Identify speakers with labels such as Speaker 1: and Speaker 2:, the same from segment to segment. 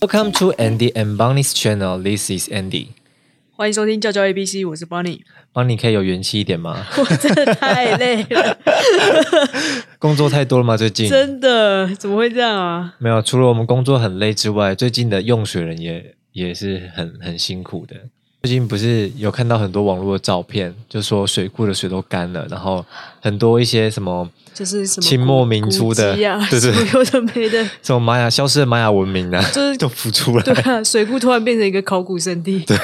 Speaker 1: Welcome to Andy and Bonnie's channel. This is Andy.
Speaker 2: 欢迎收听教教 ABC，我是 Bonnie。
Speaker 1: 帮你可以有元气一点吗？
Speaker 2: 我真的太累了，
Speaker 1: 工作太多了吗？最近
Speaker 2: 真的，怎么会这样啊？
Speaker 1: 没有，除了我们工作很累之外，最近的用水人也也是很很辛苦的。最近不是有看到很多网络的照片，就说水库的水都干了，然后很多一些什么
Speaker 2: 就是什么
Speaker 1: 清末民初的
Speaker 2: 古迹啊，
Speaker 1: 对对
Speaker 2: 什么有的没 的，
Speaker 1: 什么玛雅消失的玛雅文明啊，
Speaker 2: 就 是
Speaker 1: 就浮出来。
Speaker 2: 对啊，水库突然变成一个考古圣地。
Speaker 1: 对，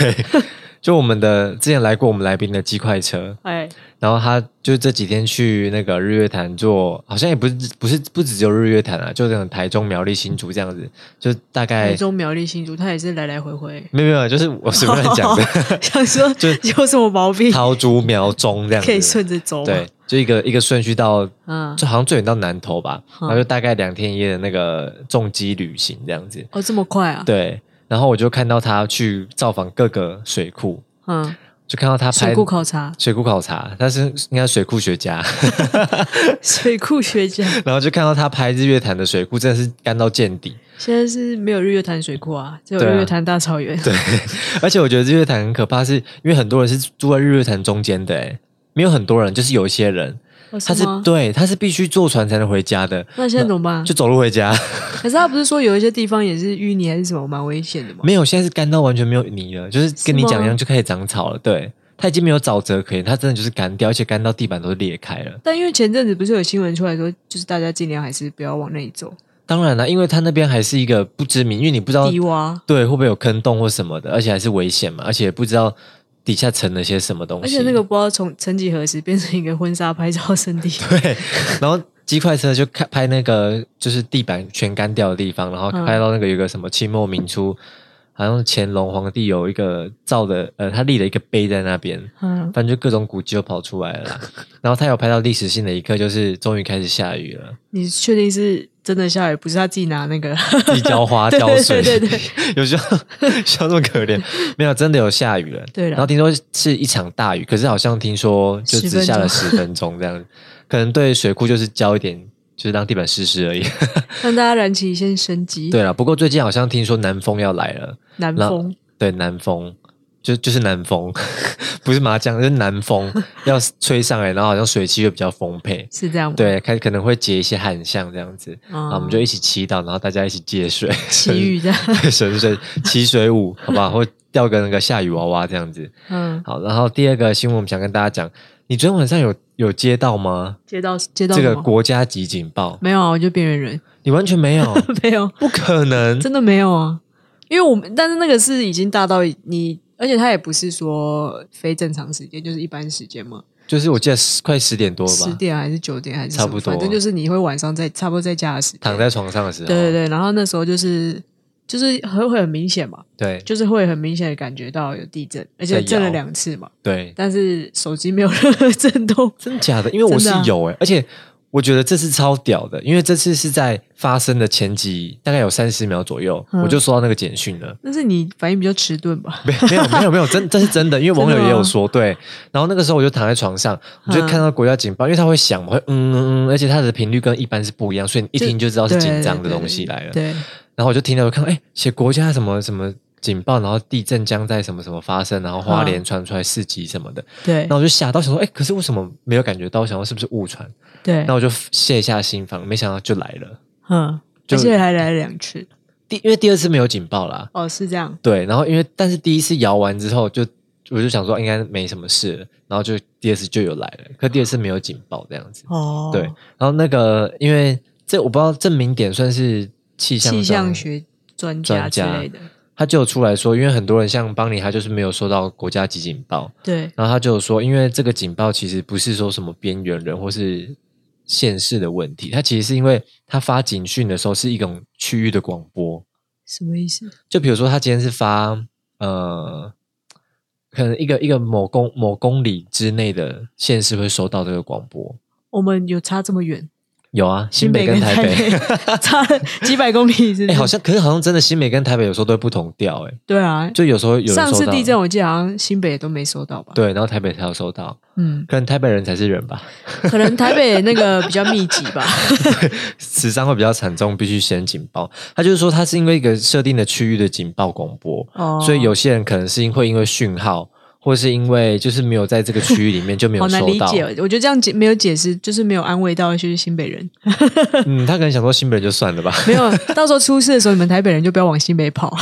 Speaker 1: 就我们的之前来过我们来宾的鸡块车，
Speaker 2: 哎，
Speaker 1: 然后他就这几天去那个日月潭做，好像也不是不是不只只有日月潭啊，就那种台中、苗栗、新竹这样子，就大概。
Speaker 2: 台中苗栗新竹，他也是来来回回
Speaker 1: 没有没有，就是我随便乱讲的，
Speaker 2: 想说
Speaker 1: 就
Speaker 2: 有什么毛病
Speaker 1: 桃竹苗中这样
Speaker 2: 可以
Speaker 1: 子，
Speaker 2: 顺着走吗？
Speaker 1: 对，就一个一个顺序到，
Speaker 2: 嗯，
Speaker 1: 就好像最远到南投吧，
Speaker 2: 嗯
Speaker 1: 然后就大概两天一夜的那个重机旅行这样子，
Speaker 2: 哦，这么快啊？，
Speaker 1: 对，然后我就看到他去造访各个水库，
Speaker 2: 嗯，
Speaker 1: 就看到他拍
Speaker 2: 水库考察，
Speaker 1: 水库考察，他是应该是水库学家，
Speaker 2: 水库学家，
Speaker 1: 然后就看到他拍日月潭的水库，真的是干到见底。
Speaker 2: 现在是没有日月潭水库啊，只有
Speaker 1: 对啊
Speaker 2: 日月潭大草原。
Speaker 1: 对，而且我觉得日月潭很可怕是，因为很多人是住在日月潭中间的，哎，没有很多人，就是有一些人，
Speaker 2: 哦，
Speaker 1: 他是
Speaker 2: 吗
Speaker 1: 对，他是必须坐船才能回家的，
Speaker 2: 那现在怎么办？
Speaker 1: 就走路回家。
Speaker 2: 可是他不是说有一些地方也是淤泥还是什么蛮危险的吗？
Speaker 1: 没有，现在是干到完全没有泥了，就是跟你
Speaker 2: 是吗
Speaker 1: 讲一样，就开始长草了。对，它已经没有沼泽可言，它真的就是干掉，而且干到地板都裂开了。
Speaker 2: 但因为前阵子不是有新闻出来说，就是大家尽量还是不要往那里走，
Speaker 1: 当然了，因为它那边还是一个不知名，因为你不知道
Speaker 2: 低洼，
Speaker 1: 对，会不会有坑洞或什么的，而且还是危险嘛，而且不知道底下沉了些什么东
Speaker 2: 而
Speaker 1: 西。
Speaker 2: 且那个不知道从曾几何时变成一个婚纱拍照圣地。
Speaker 1: 对，然后鸡块车就开拍那个就是地板全干掉的地方，然后
Speaker 2: 嗯
Speaker 1: 拍到那个有一个什么清末明初，好像乾隆皇帝有一个造的，呃，他立了一个碑在那边。
Speaker 2: 嗯，
Speaker 1: 反正就各种古迹都跑出来了 啦，然后他有拍到历史性的一刻，就是终于开始下雨 了，
Speaker 2: 你确定是真的下雨，不是他自己拿那 个？
Speaker 1: 地浇花
Speaker 2: 对
Speaker 1: 浇水，
Speaker 2: 对对对
Speaker 1: 有需要需要这么可 怜？没有，真的有下雨了。
Speaker 2: 对啦
Speaker 1: 然后听说是一场大雨，可是好像听说就
Speaker 2: 10
Speaker 1: 只下了十分钟这样子，可能对水库就是浇一点，就是让地板湿湿而已。
Speaker 2: 让大家燃起一线生机。
Speaker 1: 对了，不过最近好像听说南风要来了，
Speaker 2: 南风
Speaker 1: 对，南风就就是南风， 不是麻将，就是南风要吹上来，然后好像水汽又比较丰沛。
Speaker 2: 是这样吗？
Speaker 1: 对，开可能会结一些旱象这样子，
Speaker 2: 嗯，
Speaker 1: 啊、
Speaker 2: 啊
Speaker 1: 我们就一起祈祷，然后大家一起借水，
Speaker 2: 奇遇的。
Speaker 1: 对 神水起水舞，好吧，或钓个那个下雨娃娃这样子。
Speaker 2: 嗯，
Speaker 1: 好，然后第二个新闻，我们想跟大家讲，你昨天晚上有有接到吗？
Speaker 2: 接到接到
Speaker 1: 这
Speaker 2: 什
Speaker 1: 个
Speaker 2: 么
Speaker 1: 国家级警报，
Speaker 2: 没有啊，我就边缘人，
Speaker 1: 你完全没有，
Speaker 2: 没有。
Speaker 1: 不可能。
Speaker 2: 真的没有啊，因为我们但是那个是已经大到你，而且它也不是说非正常时间，就是一般时间嘛，
Speaker 1: 就是我记得十快十点多了
Speaker 2: 十
Speaker 1: 吧，
Speaker 2: 点还是九点还是什么
Speaker 1: 差不多
Speaker 2: 反正就是你会晚上在差不多在家的时间，
Speaker 1: 躺在床上的时候，
Speaker 2: 对对对，然后那时候就是就是很会很明显嘛，
Speaker 1: 对
Speaker 2: 就是会很明显的感觉到有地震，而
Speaker 1: 在
Speaker 2: 且
Speaker 1: 摇
Speaker 2: 震了两次嘛，
Speaker 1: 对
Speaker 2: 但是手机没有任何震动，
Speaker 1: 真假的？因为我是
Speaker 2: 真的啊
Speaker 1: 有哎、而且我觉得这次超屌的，因为这次是在发生的前几大概有三十秒左右，
Speaker 2: 嗯
Speaker 1: 我就收到那个简讯了。
Speaker 2: 但是你反应比较迟钝吧？
Speaker 1: 没没有没有没有，真这是真的，因为网友
Speaker 2: 真的吗嗯
Speaker 1: 也有说对。然后那个时候我就躺在床上，我就看到国家警报，因为它会响嘛，会嗯嗯嗯，而且它的频率跟一般是不一样，所以你一听就知哦道是紧张的东西来了。
Speaker 2: 对，
Speaker 1: 然后我就听到我看到，哎，写国家什么什么警报，然后地震将在什么什么发生，然后花莲传出来四级什么的，
Speaker 2: 对
Speaker 1: 然后我就吓到想说，哎，可是为什么没有感觉到？我想说是不是误传？
Speaker 2: 对
Speaker 1: 那，我就卸下心防，没想到就来了。
Speaker 2: 嗯，
Speaker 1: 就
Speaker 2: 而且还来了两次，
Speaker 1: 第因为第二次没有警报啦，
Speaker 2: 哦，是这样，
Speaker 1: 对，然后因为但是第一次摇完之后就，我就想说啊应该没什么事了，然后就第二次就有来了，可第二次没有警报这样子。
Speaker 2: 哦，
Speaker 1: 对，然后那个因为这我不知道证明点算是气象
Speaker 2: 气象
Speaker 1: 上，
Speaker 2: 学专家之类的。
Speaker 1: 他就有出来说，因为很多人像邦尼他就是没有收到国家级警报，
Speaker 2: 对，
Speaker 1: 然后他就有说，因为这个警报其实不是说什么边缘人或是县市的问题，它其实是因为他发警讯的时候是一种区域的广播，
Speaker 2: 什么意思？
Speaker 1: 就比如说，他今天是发呃，可能一个一个某公某公里之内的县市会收到这个广播，
Speaker 2: 我们有差这么远？
Speaker 1: 有啊，新
Speaker 2: 新
Speaker 1: 北
Speaker 2: 北
Speaker 1: 跟
Speaker 2: 跟
Speaker 1: 台
Speaker 2: 台
Speaker 1: 北，
Speaker 2: 北 差了几百公里，是不
Speaker 1: 哎，
Speaker 2: 是？
Speaker 1: 好像可是好像真的新北跟台北有时候都会不同调，哎，
Speaker 2: 对啊，
Speaker 1: 就有时候有人
Speaker 2: 上
Speaker 1: 收
Speaker 2: 次
Speaker 1: 到
Speaker 2: 地震我记得好像新北也都没收到吧？，
Speaker 1: 对，然后台北才有收到，
Speaker 2: 嗯，
Speaker 1: 可能台北人才是人吧，
Speaker 2: 可能台北那个比较密集 吧。
Speaker 1: 死伤会比较惨重，必须先警报。他就是说，它是因为一个设定的区域的警报广播，
Speaker 2: 哦，
Speaker 1: 所以有些人可能是因会因为讯号，或是因为就是没有在这个区域里面就没有
Speaker 2: 好难
Speaker 1: 收
Speaker 2: 哦理
Speaker 1: 到。
Speaker 2: 解，我觉得这样解没有解释，就是没有安慰到就是新北人。
Speaker 1: 嗯，他可能想说新北人就算 了吧。
Speaker 2: 没有，到时候出事的时候，你们台北人就不要往新北跑，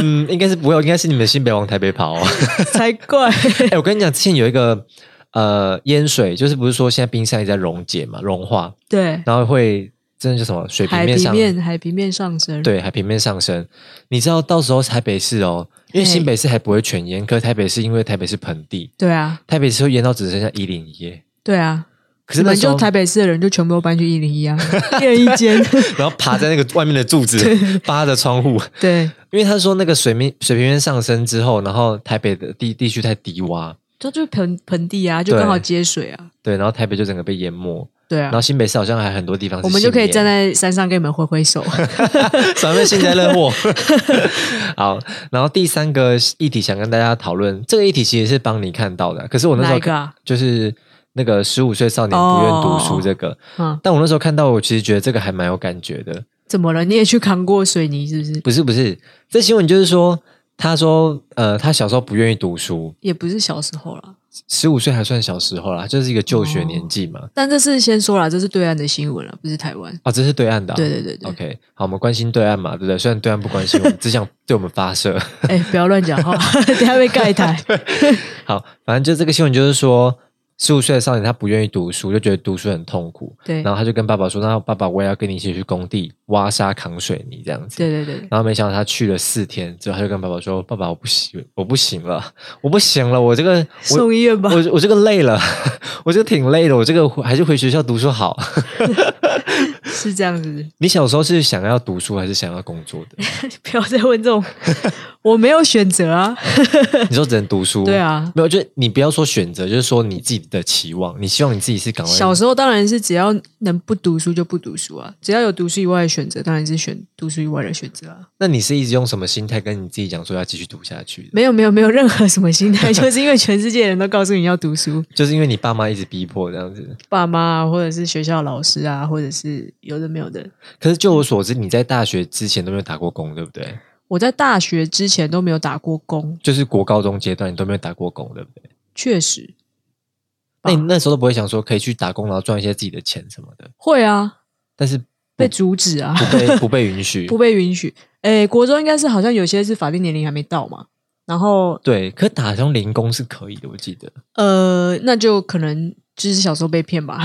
Speaker 1: 嗯，应该是不会，应该是你们新北往台北跑、 哦。
Speaker 2: 才 怪。
Speaker 1: 哎、我跟你讲，之前有一个呃淹水，就是不是说现在冰山也在溶解嘛，融化，
Speaker 2: 对，
Speaker 1: 然后会真的叫什么水平
Speaker 2: 海
Speaker 1: 面
Speaker 2: 平
Speaker 1: 上
Speaker 2: 面海平面上升，，
Speaker 1: 对，海平面上升。你知道到时候台北市哦，因为新北市还不会全淹，可是台北市因为台北是盆地，
Speaker 2: 对啊，
Speaker 1: 台北市会淹到只剩下一零一。
Speaker 2: 对啊。
Speaker 1: 可是
Speaker 2: 你
Speaker 1: 那
Speaker 2: 们
Speaker 1: 时候
Speaker 2: 就，台北市的人就全部都搬去一 零一啊，一人一间。
Speaker 1: 然后爬在那个外面的柱 子，扒着窗户，
Speaker 2: 对，
Speaker 1: 因为他说那个水面水平面上升之后，然后台北的地地区太低洼，
Speaker 2: 这就是盆盆地啊，就刚好接水啊。
Speaker 1: 对，然后台北就整个被淹没。
Speaker 2: 对
Speaker 1: 然
Speaker 2: 啊
Speaker 1: 后，新北市好像还很多地方是
Speaker 2: 我们就可以
Speaker 1: 信
Speaker 2: 站
Speaker 1: 淹
Speaker 2: 在山上跟你们挥挥 手。
Speaker 1: 咱们幸灾乐 祸。好，然后第三个议题想跟大家讨论，这个议题其实是帮你看到的，可是我那时
Speaker 2: 哪
Speaker 1: 候
Speaker 2: 一个啊
Speaker 1: 就是那个十五岁少年不愿读书这个，
Speaker 2: 嗯，
Speaker 1: 但我那时候看到，我其实觉得这个还蛮有感觉的。
Speaker 2: 怎么了？你也去扛过水泥是不是？
Speaker 1: 不是不是，这新闻就是说，他说呃，他小时候不愿意读书，
Speaker 2: 也不是小时候啦，
Speaker 1: 十五岁还算小时候啦，就是一个就学年纪嘛。
Speaker 2: 但这是先说啦，这是对岸的新闻了，不是台湾。
Speaker 1: 哦，这是对岸的啊、
Speaker 2: 对对对对，
Speaker 1: OK，好，我们关心对岸嘛，对不对？虽然对岸不关心我们，只想对我们发射。
Speaker 2: 哎、不要乱讲话，等下被盖台。
Speaker 1: 好，反正就这个新闻就是说，十五岁的少年他不愿意读书，就觉得读书很痛苦，
Speaker 2: 对，
Speaker 1: 然后他就跟爸爸说：“那爸爸，我也要跟你一起去工地挖沙扛水泥这样子。”
Speaker 2: 对对对，
Speaker 1: 然后没想到他去了四天之后，他就跟爸爸说：“爸爸，我不行，我不行了，我不行了，我这个我
Speaker 2: 送医院吧。
Speaker 1: 我我这个累了， 我这个挺累的，我这个还是回学校读书好。
Speaker 2: 是这样子，
Speaker 1: 你小时候是想要读书还是想要工作的？
Speaker 2: 不要再问这种，我没有选择啊。
Speaker 1: 你说只能读书？
Speaker 2: 对啊，
Speaker 1: 没有，就是你不要说选择，就是说你自己的期望，你希望你自己是岗位
Speaker 2: 小时候当然是只要能不读书就不读书啊，只要有读书以外的选择，当然是选读书以外的选择啊。
Speaker 1: 那你是一直用什么心态跟你自己讲说要继续读下去的？
Speaker 2: 没有没有没有任何什么心态， 就是因为全世界人都告诉你要读书，
Speaker 1: 就是因为你爸妈一直逼迫这样子。
Speaker 2: 爸妈啊，或者是学校老师啊，或者是有的没有的。
Speaker 1: 可是就我所知，你在大学之前都没有打过工，对不对？
Speaker 2: 我在大学之前都没有打过工，
Speaker 1: 就是国高中阶段你都没有打过工，对不对？
Speaker 2: 确实
Speaker 1: 那你那时候都不会想说可以去打工，然后赚一些自己的钱什么的，
Speaker 2: 会啊，
Speaker 1: 但是
Speaker 2: 被阻止啊，
Speaker 1: 不 被不被允许
Speaker 2: 不。被允许。诶，国中应该是好像有些是法定年龄还没到嘛，然后
Speaker 1: 对，可打上零工是可以的，我记得。
Speaker 2: 呃，那就可能就是小时候被骗吧。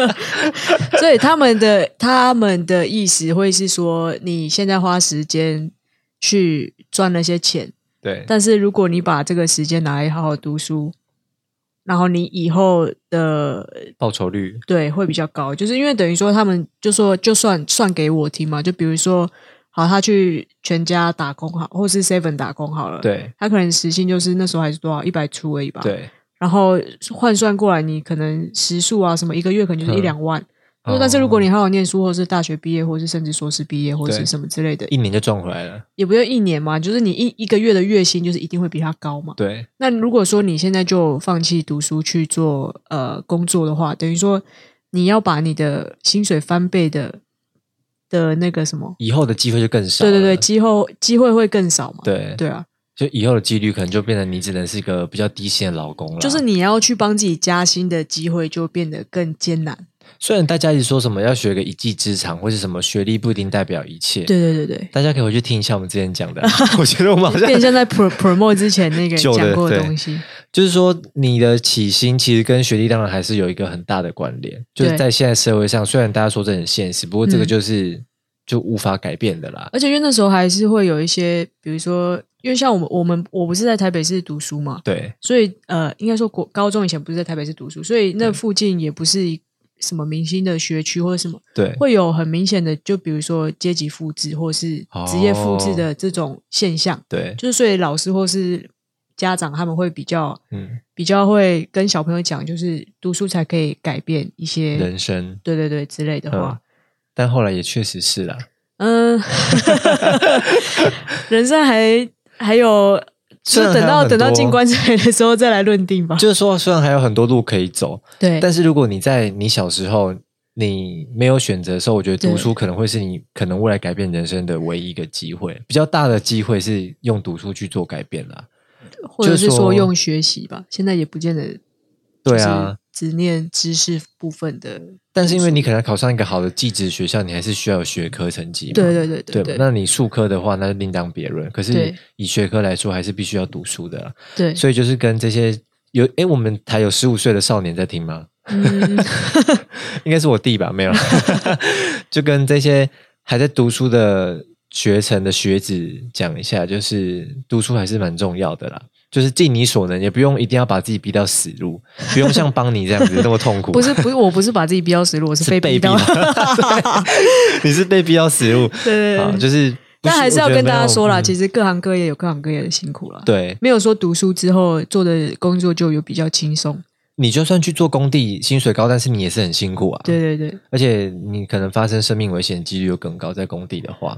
Speaker 2: 所以他们的他们的意思会是说，你现在花时间去赚那些钱，
Speaker 1: 对，
Speaker 2: 但是如果你把这个时间拿来好好读书，然后你以后的
Speaker 1: 报酬率
Speaker 2: 对会比较高，就是因为等于说他们就说就算算给我听嘛，就比如说好他去全家打工好，或是 seven 打工好了，，
Speaker 1: 对
Speaker 2: 他可能时薪就是那时候还是多少一百出而已吧，，
Speaker 1: 对，
Speaker 2: 然后换算过来你可能时数啊什么一个月可能就是一
Speaker 1: 嗯
Speaker 2: 两万，
Speaker 1: 哦
Speaker 2: 啊但是如果你好好念书，或是大学毕业，或是甚至硕士毕业，或
Speaker 1: 对
Speaker 2: 是什么之类的，
Speaker 1: 一年就赚回来了。
Speaker 2: 也不用一年嘛，就是你一一个月的月薪就是一定会比他高嘛。
Speaker 1: 对，
Speaker 2: 那如果说你现在就放弃读书去做呃工作的话，等于说你要把你的薪水翻倍的的那个什么，
Speaker 1: 以后的机会就更少
Speaker 2: 对
Speaker 1: 了。
Speaker 2: 对对，机会机会会更少嘛。
Speaker 1: 对
Speaker 2: 对啊，
Speaker 1: 就以后的几率可能就变成你只能是一个比较低薪的劳工了。
Speaker 2: 就是你要去帮自己加薪的机会就变得更艰难。
Speaker 1: 虽然大家一直说什么要学个一技之长，或是什么学历不一定代表一切，
Speaker 2: 对对对对。
Speaker 1: 大家可以回去听一下我们之前 讲的。啊我觉得我们好像
Speaker 2: 变相在 pro promote 之前那个
Speaker 1: 旧的
Speaker 2: 讲过的
Speaker 1: 对
Speaker 2: 东西，
Speaker 1: 就是说，你的起薪其实跟学历当然还是有一个很大的关联。就是
Speaker 2: 对嗯
Speaker 1: 在现在社会上，虽然大家说这很现实，不过这个就是、就无法改变的啦。
Speaker 2: 而且因为那时候还是会有一些，比如说，因为像我们我们我不是在台北市读书嘛，
Speaker 1: 对
Speaker 2: 所以呃，应该说国高中以前不是在台北市读书，所以那
Speaker 1: 对
Speaker 2: 附近也不是一什么明星的学区或者什么，
Speaker 1: 对，
Speaker 2: 会有很明显的，就比如说阶级
Speaker 1: 哦
Speaker 2: 复制或是职业复制的这种现象，
Speaker 1: 对
Speaker 2: 就是所以老师或是家长他们会比较
Speaker 1: 嗯，
Speaker 2: 比较会跟小朋友讲，就是读书才可以改变一些
Speaker 1: 人生，嗯
Speaker 2: 对对对之类的话，
Speaker 1: 但后来也确实是啦，
Speaker 2: 嗯， 人生还还有，
Speaker 1: 虽
Speaker 2: 就
Speaker 1: 然还有
Speaker 2: 是等到
Speaker 1: 很多
Speaker 2: 等到进棺材的时候再来论定吧。
Speaker 1: 就是说虽然还有很多路可以走，
Speaker 2: 对，
Speaker 1: 但是如果你在你小时候你没有选择的时候，我觉得读书可能会是你可能未来改变人生的唯一一个机会，比较大的机会是用读书去做改变啦。
Speaker 2: 或者是
Speaker 1: 就是
Speaker 2: 说
Speaker 1: 说
Speaker 2: 用学习吧，现在也不见得。
Speaker 1: 对啊，
Speaker 2: 只念知识部分的。
Speaker 1: 但是因为你可能考上一个好的技职学校，你还是需要有学科成绩嘛。
Speaker 2: 对对对
Speaker 1: 对
Speaker 2: 对
Speaker 1: 那你术科的话，那另当别论。可是
Speaker 2: 对
Speaker 1: 以学科来说，还是必须要读书的啊啦。
Speaker 2: 对，
Speaker 1: 所以就是跟这些有诶，我们台有十五岁的少年在听吗？
Speaker 2: 嗯，
Speaker 1: 应该是我弟吧？ 没有啦，就跟这些还在读书的学成的学子讲一下，就是读书还是蛮重要的啦。就是尽你所能，也不用一定要把自己逼到死路，不用像邦尼这样子那么痛苦。
Speaker 2: 不是不是，我不是把自己逼到死路，我是
Speaker 1: 是
Speaker 2: 被
Speaker 1: 被
Speaker 2: 逼到。
Speaker 1: 逼你是被逼到死路，
Speaker 2: 对
Speaker 1: 啊，
Speaker 2: 对对，
Speaker 1: 就是。
Speaker 2: 但还是要跟大家说啦，
Speaker 1: 实
Speaker 2: 其实各行各业有各行各业的辛苦啦。，
Speaker 1: 嗯对
Speaker 2: 没有说读书之后做的工作就有比较轻松。
Speaker 1: 你就算去做工地，薪水高，但是你也是很辛苦啊。
Speaker 2: 对对对，
Speaker 1: 而且你可能发生生命危险几率又更高，在工地的话。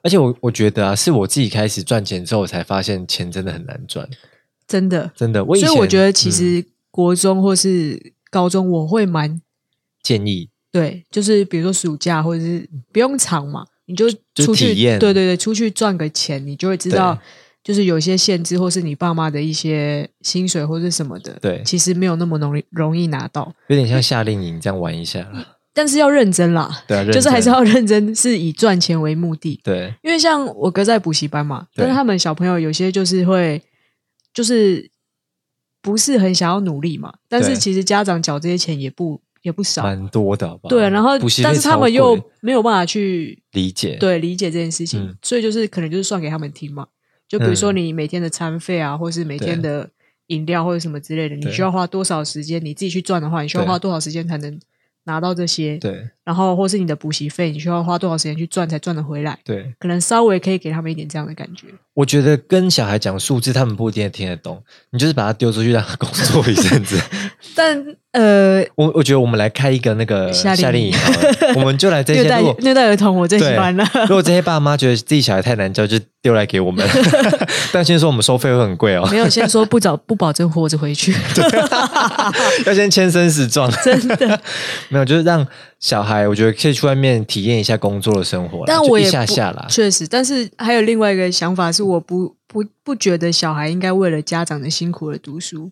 Speaker 1: 而且我我觉得啊，是我自己开始赚钱之后，我才发现钱真的很难赚，
Speaker 2: 真的。
Speaker 1: 真的。我以
Speaker 2: 所以
Speaker 1: 前
Speaker 2: 我觉得其
Speaker 1: 嗯
Speaker 2: 实国中或是高中，我会蛮
Speaker 1: 建议
Speaker 2: 对，就是比如说暑假或者是不用长嘛，你就
Speaker 1: 嗯就
Speaker 2: 出去，
Speaker 1: 体验
Speaker 2: 对对对，出去赚个钱，你就会知道
Speaker 1: 对，
Speaker 2: 就是有一些限制，或是你爸妈的一些薪水或是什么的，
Speaker 1: 对
Speaker 2: 其实没有那么容易容易拿到，
Speaker 1: 有点像夏令营这样玩一下啦，
Speaker 2: 但是要认真啦，
Speaker 1: 对啊，认
Speaker 2: 就是
Speaker 1: 真
Speaker 2: 还是要认真，是以赚钱为目的。
Speaker 1: 对
Speaker 2: 因为像我哥在补习班嘛，
Speaker 1: 对
Speaker 2: 但是他们小朋友有些就是会，就是不是很想要努力嘛，但是
Speaker 1: 对
Speaker 2: 其实家长缴这些钱也不也不少，
Speaker 1: 蛮多的，好不好？
Speaker 2: 对，啊然后
Speaker 1: 补习费
Speaker 2: 但是他
Speaker 1: 超
Speaker 2: 们又
Speaker 1: 贵
Speaker 2: 没有办法去
Speaker 1: 理解，
Speaker 2: 对理解这件事情，
Speaker 1: 嗯
Speaker 2: 所以就是可能就是算给他们听嘛。就比如说你每天的餐费啊，或是每天的饮料或者什么之类的，你
Speaker 1: 对
Speaker 2: 需要花多少时间？你自己去赚的话，你需要
Speaker 1: 对
Speaker 2: 花多少时间才能拿到这些？
Speaker 1: 对
Speaker 2: 然后或是你的补习费，你需要花多少时间去赚才赚得回来？
Speaker 1: 对，
Speaker 2: 可能稍微可以给他们一点这样的感觉。
Speaker 1: 我觉得跟小孩讲数字，他们不一定听得懂，你就是把他丢出去让他工作一阵子，
Speaker 2: 但呃，
Speaker 1: 我我觉得我们来开一个那个
Speaker 2: 夏令营
Speaker 1: 夏令营好了，我们就来这
Speaker 2: 虐
Speaker 1: 些。
Speaker 2: 待
Speaker 1: 如果
Speaker 2: 虐待儿童，我最喜
Speaker 1: 对
Speaker 2: 欢了。
Speaker 1: 如果这些爸妈觉得自己小孩太难教，就丢来给我们。但先说我们收费会很贵哦，
Speaker 2: 没有，先说不找不保证活着回去。
Speaker 1: 要先签生死状。真的 没有，就是让小孩，我觉得可以去外面体验一下工作的生活啦，
Speaker 2: 但
Speaker 1: 就
Speaker 2: 我
Speaker 1: 一
Speaker 2: 也
Speaker 1: 下
Speaker 2: 不
Speaker 1: 下啦。
Speaker 2: 确实，但是还有另外一个想法是，我不不不觉得小孩应该为了家长的辛苦而读书。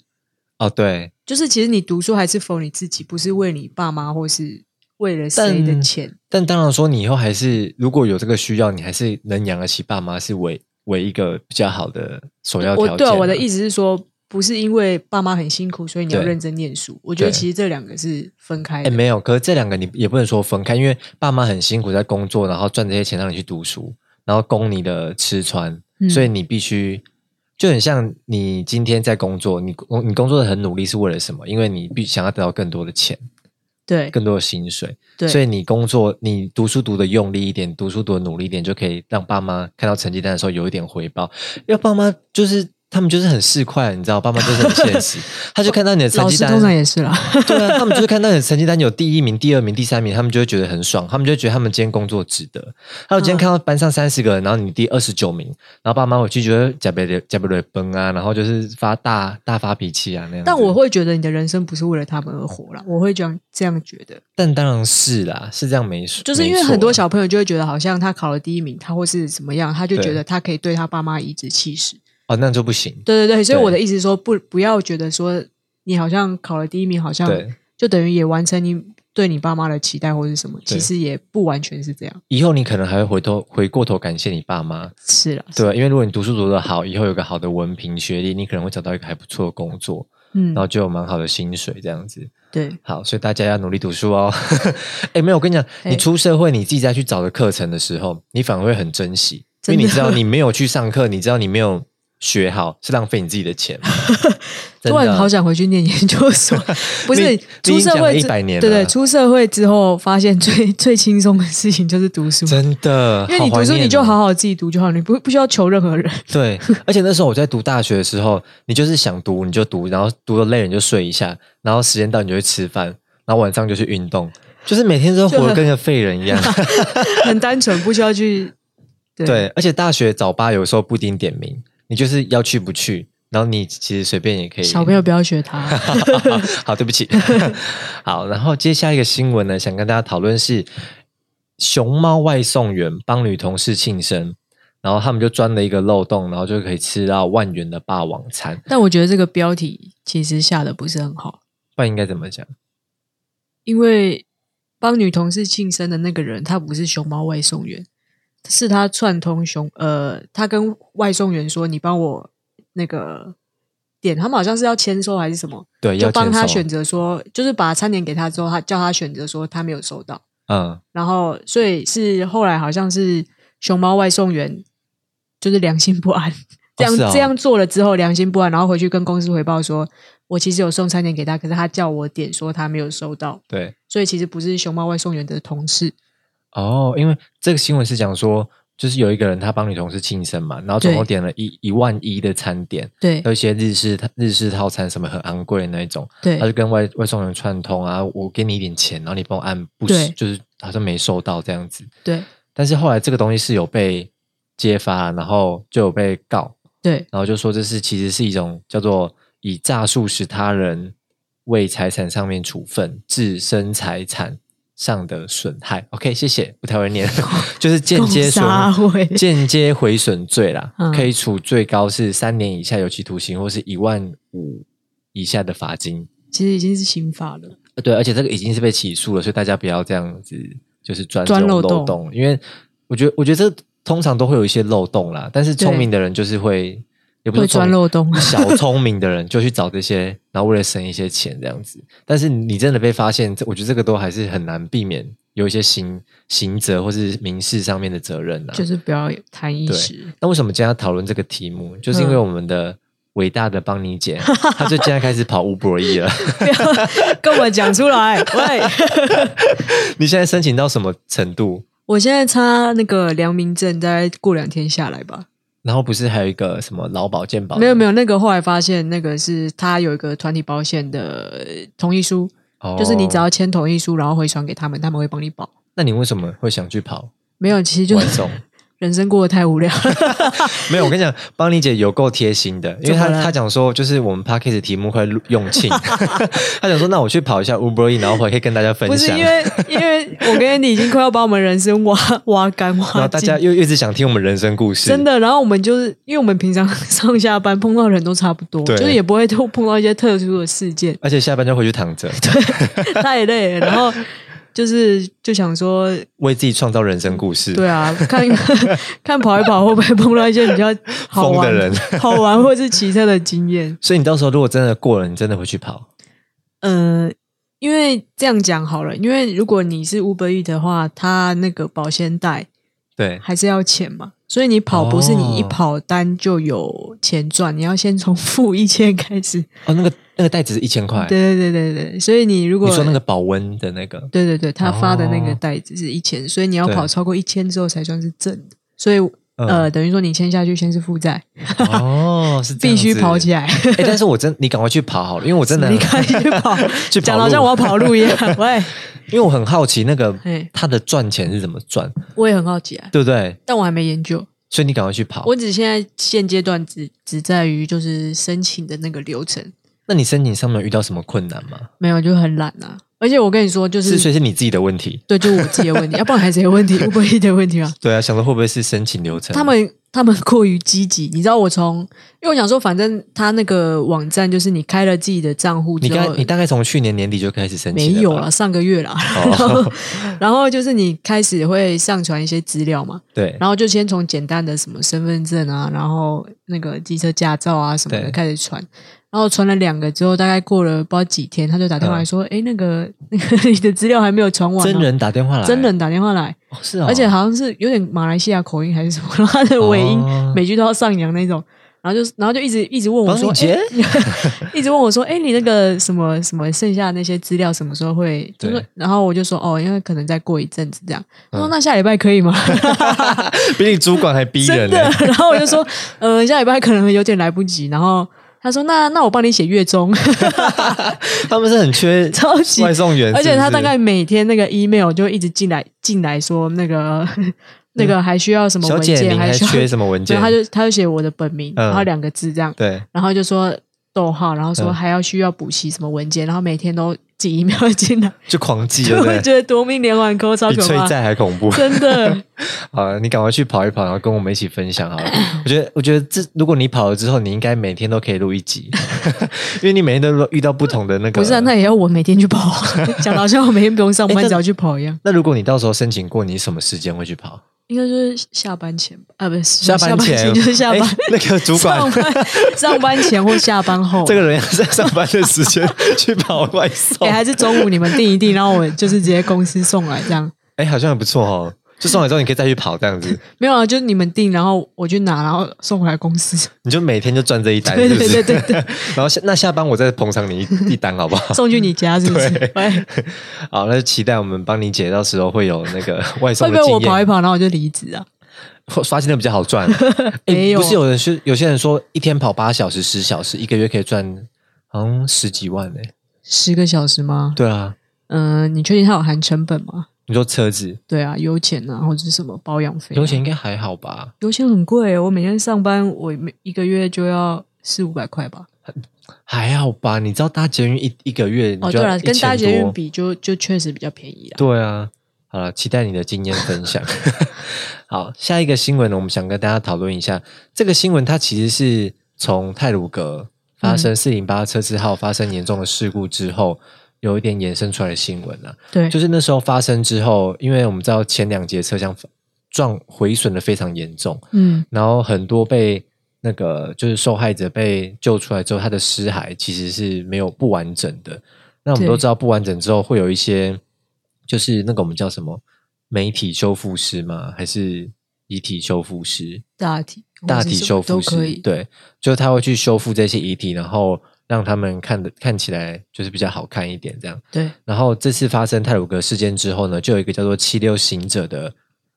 Speaker 1: 哦，对，
Speaker 2: 就是其实你读书还是否你自己，不是为你爸妈或是为了谁的
Speaker 1: 但
Speaker 2: 钱。
Speaker 1: 但当然说，你以后还是如果有这个需要，你还是能养得起爸妈，是为为一个比较好的首要条件
Speaker 2: 我
Speaker 1: 啦。
Speaker 2: 对啊、我的意
Speaker 1: 思
Speaker 2: 思是说，不是因为爸妈很辛苦，所以你要
Speaker 1: 对
Speaker 2: 认真念书。我觉得
Speaker 1: 对
Speaker 2: 其实这两个是分开
Speaker 1: 哎，
Speaker 2: 的。
Speaker 1: 没有，可是这两个你也不能说分开，因为爸妈很辛苦在工作，然后赚这些钱让你去读书，然后供你的吃穿，
Speaker 2: 嗯
Speaker 1: 所以你必须就很像你今天在工作，你工你工作的很努力是为了什么？因为你必想要得到更多的钱，
Speaker 2: 对
Speaker 1: 更多的薪水，
Speaker 2: 对，
Speaker 1: 所以你工作你读书读的用力一点，读书读的努力一点，就可以让爸妈看到成绩单的时候有一点回报。要爸妈就是。他们就是很市侩，你知道，爸妈就是很现 实，他就看到你的成
Speaker 2: 老
Speaker 1: 绩
Speaker 2: 师
Speaker 1: 单，
Speaker 2: 通常也是啦。
Speaker 1: 对啊，他们就是看到你的成绩单有第一名、第二名、第三名，他们就会觉得很爽，他们就会觉得他们今天工作值得。还有今天看到班上三十个人，然后你第二十九名，然后爸妈回去觉得加贝雷加贝雷崩啊，然后就是发大大发脾气啊那样子。
Speaker 2: 但我会觉得你的人生不是为了他们而活啦，我会这样这样觉得。
Speaker 1: 但当然是啦，是这样没错，
Speaker 2: 就是因
Speaker 1: 没
Speaker 2: 为
Speaker 1: 错
Speaker 2: 很多小朋友就会觉得，好像他考了第一名，他或是怎么样，他就
Speaker 1: 对
Speaker 2: 觉得他可以对他爸妈颐指气使。
Speaker 1: 哦，那就不行。
Speaker 2: 对对对，所以
Speaker 1: 对
Speaker 2: 我的意思是说，不不要觉得说你好像考了第一名，好像
Speaker 1: 对，
Speaker 2: 就等于也完成你对你爸妈的期待或是什么，
Speaker 1: 对
Speaker 2: 其实也不完全是这样。
Speaker 1: 以后你可能还会回头回过头感谢你爸妈，
Speaker 2: 是啦，
Speaker 1: 对，因为如果你读书读得好，以后有个好的文凭学历，你可能会找到一个还不错的工作，
Speaker 2: 嗯
Speaker 1: 然，后就有蛮好的薪水这样子。
Speaker 2: 对
Speaker 1: 好，所以大家要努力读书哦。 哎、没有，我跟你讲，
Speaker 2: 哎
Speaker 1: 你出社会你自己再去找的课程的时候，你反而会很珍惜，因
Speaker 2: 真
Speaker 1: 为
Speaker 2: 的
Speaker 1: 你知道你没有去上课，你知道你没有学好，是浪费你自己的钱 嘛。真
Speaker 2: 突然
Speaker 1: 的
Speaker 2: 好想回去念研究 所，不是
Speaker 1: 你
Speaker 2: 出
Speaker 1: 你已经
Speaker 2: 社
Speaker 1: 讲了
Speaker 2: 会之
Speaker 1: 100年了
Speaker 2: 对对，出社会之后发现最 最轻松的事情就是读书，
Speaker 1: 真的，
Speaker 2: 因为你
Speaker 1: 好怀
Speaker 2: 读书
Speaker 1: 念
Speaker 2: 你就
Speaker 1: 哦
Speaker 2: 好好自己读就好，你不不需要求任何人。
Speaker 1: 对，而且那时候我在读大学的时候，你就是想读你就读，然后读的累了你就睡一下，然后时间到你就去吃饭，然后晚上就去运动，就是每天 都活得跟个废人一样。
Speaker 2: 很单纯，不需要去。对
Speaker 1: 对，而且大学早八有时候不一定点名，你就是要去不去，然后你其实随便也可以。
Speaker 2: 小朋友不要学他。
Speaker 1: 好，对不起。 好，然后接下一个新闻呢，想跟大家讨论是熊猫外送员帮女同事庆生，然后他们就钻了一个漏洞，然后就可以吃到万元的霸王餐。
Speaker 2: 但我觉得这个标题其实下的不是很好，
Speaker 1: 不然应该怎么讲？
Speaker 2: 因为帮女同事庆生的那个人，他不是熊猫外送员，是他串通熊呃，他跟外送员说：“你帮我那个点，他们好像是要签收还是什么，
Speaker 1: 对，
Speaker 2: 就
Speaker 1: 要
Speaker 2: 帮
Speaker 1: 签
Speaker 2: 他
Speaker 1: 收
Speaker 2: 选择说，就是把餐点给他之后，他叫他选择说他没有收到。”
Speaker 1: 嗯，
Speaker 2: 然后所以是后来好像是熊猫外送员就是良心不安，这样、
Speaker 1: 是哦
Speaker 2: 这样做了之后良心不安，然后回去跟公司回报说，我其实有送餐点给他，可是他叫我点说他没有收到，
Speaker 1: 对。
Speaker 2: 所以其实不是熊猫外送员的同事，
Speaker 1: 哦，因为这个新闻是讲说，就是有一个人他帮女同事庆生嘛，然后总共
Speaker 2: 对
Speaker 1: 点了一一万一的餐点，
Speaker 2: 对
Speaker 1: 还有一些日式日式套餐什么很昂贵的那一种，
Speaker 2: 对
Speaker 1: 他就跟外外送员串通啊，我给你一点钱，然后你帮我按不是
Speaker 2: 对
Speaker 1: 就是好像没收到这样子。
Speaker 2: 对
Speaker 1: 但是后来这个东西是有被揭发，然后就有被告，
Speaker 2: 对
Speaker 1: 然后就说这是其实是一种叫做以诈术使他人为财产上面处分致身财产上的损害。OK，谢谢，不太会念， 就是间接损
Speaker 2: 共杀会
Speaker 1: 间接毁损罪啦，
Speaker 2: 嗯
Speaker 1: 可以处最高是三年以下有期徒刑，或是一万五以下的罚金。
Speaker 2: 其实已经是刑法了，
Speaker 1: 呃对，而且这个已经是被起诉了，所以大家不要这样子，就是钻
Speaker 2: 钻
Speaker 1: 这种
Speaker 2: 漏洞
Speaker 1: 漏洞，因为我觉得，我觉得这通常都会有一些漏洞啦。但是聪
Speaker 2: 对
Speaker 1: 明的人就是会，也不是
Speaker 2: 会
Speaker 1: 聪
Speaker 2: 钻
Speaker 1: 明
Speaker 2: 漏洞
Speaker 1: 小聪明的人就去找这些，然后为了省一些钱这样子。但是你真的被发现，这我觉得这个都还是很难避免，有一些刑刑责或是民事上面的责任啊呐、
Speaker 2: 就是不要贪一时，
Speaker 1: 那为什么今天要讨论这个题目？就是因为
Speaker 2: 嗯
Speaker 1: 我们的伟大的邦尼 姐，她就现在开始跑乌博伊了。
Speaker 2: 不要跟我讲出来， 喂。
Speaker 1: 你现在申请到什么程度？
Speaker 2: 我现在差那个良民证，大概过两天下来吧。
Speaker 1: 然后不是还有一个什么劳保健保？
Speaker 2: 没有没
Speaker 1: 有，
Speaker 2: 有，那个后来发现，那个是他有一个团体保险的呃同意书，
Speaker 1: 哦
Speaker 2: 就是你只要签同意书，然后回传给他们，他们会帮你保。
Speaker 1: 那你为什么会想去跑
Speaker 2: 没有，其实就
Speaker 1: 外
Speaker 2: 是
Speaker 1: 送？
Speaker 2: 人生过得 太无聊了。
Speaker 1: 没有，我跟你讲，邦妮姐有够贴心的，因为她
Speaker 2: 怎么了
Speaker 1: 她讲说，就是我们 p a c k a g e 题目快录用 罄， 她想说，那我去跑一下 Uber E，然后回来可以跟大家分
Speaker 2: 不是
Speaker 1: 享。
Speaker 2: 因
Speaker 1: 然
Speaker 2: 为，因为我跟你已经快要把我们人生挖挖干挖
Speaker 1: 后大
Speaker 2: 尽
Speaker 1: 家，又一直想听我们人生故事，
Speaker 2: 真的。然后我们就是因为我们平常上下班碰到的人都差不多，
Speaker 1: 对，
Speaker 2: 就是也不会都碰到一些特殊的事件
Speaker 1: 而且下班就回去躺着，
Speaker 2: 太累了。然后就是就想说，
Speaker 1: 为自己创造人生故事。
Speaker 2: 对啊，看 看跑一跑会不会碰到一些比较好玩
Speaker 1: 疯的人
Speaker 2: 好玩或是骑车的经验。
Speaker 1: 所以你到时候如果真的过了，你真的会去跑。
Speaker 2: 呃，因为这样讲好了，因为如果你是 Uber E 的话，它那个保鲜袋
Speaker 1: 对，
Speaker 2: 还是要钱嘛，所以你跑不是你一
Speaker 1: 哦
Speaker 2: 跑单就有钱赚，你要先从负一千开始。
Speaker 1: 哦，那个那个袋子是一千块，
Speaker 2: 对对对对对，所以你如果
Speaker 1: 哎你说那个保温的那 个，
Speaker 2: 对对对，他发的那个
Speaker 1: 哦
Speaker 2: 袋子是一千，所以你要
Speaker 1: 对
Speaker 2: 跑超过一千之后才算是正的。所以、
Speaker 1: 嗯
Speaker 2: 呃，等于说你签下去先是负债，
Speaker 1: 哦，是这
Speaker 2: 必
Speaker 1: 样
Speaker 2: 须
Speaker 1: 子
Speaker 2: 跑起。来。
Speaker 1: 哎，但是我真，你赶快去跑好了，因为我真的，
Speaker 2: 你赶紧去跑
Speaker 1: 去跑
Speaker 2: 讲得好像
Speaker 1: 路
Speaker 2: 我要跑路一 样。喂，
Speaker 1: 因为我很好奇那个
Speaker 2: 嘿
Speaker 1: 他的赚钱是怎么赚，
Speaker 2: 我也很好奇啊，
Speaker 1: 对不对？
Speaker 2: 但我还没研究。
Speaker 1: 所以你赶快去跑。
Speaker 2: 我只现在现阶段只只在于就是申请的那个流程，
Speaker 1: 那你申请上面有遇到什么困难吗？
Speaker 2: 没有就很懒啊。而且我跟你说，就是是
Speaker 1: 所以是你自己的问题。
Speaker 2: 对，就是我自己的问 题，要不然还谁的问题？乌龟的问题吗？
Speaker 1: 对啊，想说会不会是申请流程？
Speaker 2: 他们他们过于积极，你知道我从，因为我想说，反正他那个网站就是你开了自己的账户
Speaker 1: 你
Speaker 2: 之
Speaker 1: 刚
Speaker 2: 后
Speaker 1: 你，大概从去年年底就开始申
Speaker 2: 没
Speaker 1: 请
Speaker 2: 有啊
Speaker 1: 吧
Speaker 2: 了，上个月啦，
Speaker 1: 哦
Speaker 2: 然后然后就是你开始会上传一些资料嘛，
Speaker 1: 对
Speaker 2: 然后就先从简单的什么身份证啊，然后那个机车驾照啊什么
Speaker 1: 对
Speaker 2: 的开始传，然后传了两个之后，大概过了不知道几天，他就打电话来说：“哎、那个那个 你的资料还没有传完、哦。”
Speaker 1: 嗯真人打电话来，
Speaker 2: 真人打电话来，
Speaker 1: 哦是啊，
Speaker 2: 而且好像是有点马来西亚口音还是什么，然后他的尾音
Speaker 1: 哦
Speaker 2: 每句都要上扬那种。然后就然后就一直一直问我
Speaker 1: 帮
Speaker 2: 说
Speaker 1: 你，结
Speaker 2: 诶 一直问我说，哎、你那个什么什么剩下的那些资料什么时候会？就
Speaker 1: 对
Speaker 2: 说，然后我就说，哦，因为可能再过一阵子这样。他说
Speaker 1: 嗯
Speaker 2: 那下礼拜可以吗？
Speaker 1: 比你主管还逼
Speaker 2: 真
Speaker 1: 人欸呢、
Speaker 2: 的。 然后我就说，嗯、下礼拜可能有点来不及。然后他说，那那我帮你写月中，
Speaker 1: 他们是很缺
Speaker 2: 超级
Speaker 1: 外送员，
Speaker 2: 而且他
Speaker 1: 是不
Speaker 2: 大
Speaker 1: 是
Speaker 2: 概每天那个 email 就一直进来进来说那个 那个还需要什么
Speaker 1: 小
Speaker 2: 文
Speaker 1: 姐，
Speaker 2: 件，
Speaker 1: 您还
Speaker 2: 需要
Speaker 1: 缺什么文件？
Speaker 2: 然后他就他就写我的本名，
Speaker 1: 嗯
Speaker 2: 然后两个字这样，
Speaker 1: 对，
Speaker 2: 然后就说逗号，然后说
Speaker 1: 嗯
Speaker 2: 还要需要补习什么文件，然后每天都寄 email 进来，
Speaker 1: 就狂寄，对
Speaker 2: 就
Speaker 1: 不
Speaker 2: 会
Speaker 1: 对？
Speaker 2: 觉得夺命连环扣超
Speaker 1: 比
Speaker 2: 可
Speaker 1: 催
Speaker 2: 怕，
Speaker 1: 债还恐怖。
Speaker 2: 真的
Speaker 1: 好了，你赶快去跑一跑，然后跟我们一起分享好了。我觉得，我觉得这如果你跑了之后，你应该每天都可以录一集， 因为你每天都遇到不同的那个。
Speaker 2: 不是啊，那也要我每天去跑， 讲得好像我每天不用上
Speaker 1: 诶
Speaker 2: 班
Speaker 1: 这
Speaker 2: 只要去跑一样，
Speaker 1: 那如果你到时候申请过，你什么时间会去跑？
Speaker 2: 应该就是下班前吧啊，不是
Speaker 1: 下班前
Speaker 2: 就是下班
Speaker 1: 诶。那个主
Speaker 2: 上
Speaker 1: 管，
Speaker 2: 班上班前或下班后，
Speaker 1: 这个人要在上班的时间 去跑外送
Speaker 2: 也、，哎还是中午你们定一定，然后我就是直接公司送来这样。
Speaker 1: 哎，好像很不错哦。就送完之后，你可以再去跑这样子，
Speaker 2: 没有啊，就是你们定，然后我去拿，然后送回来公司。
Speaker 1: 你就每天就赚这一单，
Speaker 2: 对
Speaker 1: 是不
Speaker 2: 对
Speaker 1: 是
Speaker 2: 对？对对，
Speaker 1: 然后下那下班我再捧场你一一单，好不好？
Speaker 2: 送去你家是不哎是？
Speaker 1: 对
Speaker 2: 喂
Speaker 1: 好，那就期待我们帮你姐到时候会有那 个外
Speaker 2: 会
Speaker 1: 送
Speaker 2: 不
Speaker 1: 的
Speaker 2: 会
Speaker 1: 经
Speaker 2: 我跑一
Speaker 1: 验，
Speaker 2: 跑，然后我就离职啊？
Speaker 1: 刷新的比较好赚。啊 诶
Speaker 2: 没有
Speaker 1: 不是有人是有些人说一天跑八小时、十小时，一个月可以赚好像十几万呢、
Speaker 2: 十个小时吗？
Speaker 1: 对啊，
Speaker 2: 嗯、你确定它有含成本吗？
Speaker 1: 你说车子
Speaker 2: 对啊，油钱啊，或者是什么保养费、啊
Speaker 1: 油钱，应该还好吧？
Speaker 2: 油钱很贵、哦我每天上班，我每一个月就要四五百块吧。
Speaker 1: 还好吧？你知道搭捷运一一个月
Speaker 2: 哦，
Speaker 1: 你就
Speaker 2: 对
Speaker 1: 要
Speaker 2: 了，跟大
Speaker 1: 1000
Speaker 2: 捷运
Speaker 1: 多
Speaker 2: 比就，就确实比较便宜啊。
Speaker 1: 对啊，好了，期待你的经验分享。 好，下一个新闻呢，我们想跟大家讨论一下。这个新闻它其实是从泰鲁格发生四零八车次号发生严重的事故之后，有一点衍生出来的新闻了、
Speaker 2: 对，
Speaker 1: 就是那时候发生之后，因为我们知道前两节车厢撞毁损的非常严重，
Speaker 2: 嗯，
Speaker 1: 然后很多被那个就是受害者被救出来之后，他的尸骸其实是没有不完整的。那我们
Speaker 2: 对
Speaker 1: 都知道不完整之后会有一些，就是那个我们叫什么媒体修复师吗？还是遗体修复师？
Speaker 2: 大体
Speaker 1: 大
Speaker 2: 或者
Speaker 1: 体
Speaker 2: 是
Speaker 1: 修
Speaker 2: 什么
Speaker 1: 复
Speaker 2: 都可
Speaker 1: 师
Speaker 2: 以。
Speaker 1: 对，就是他会去修复这些遗体，然后让他们看的看起来就是比较好看一点这样。
Speaker 2: 对，
Speaker 1: 然后这次发生泰鲁格事件之后呢，就有一个叫做七六行者的，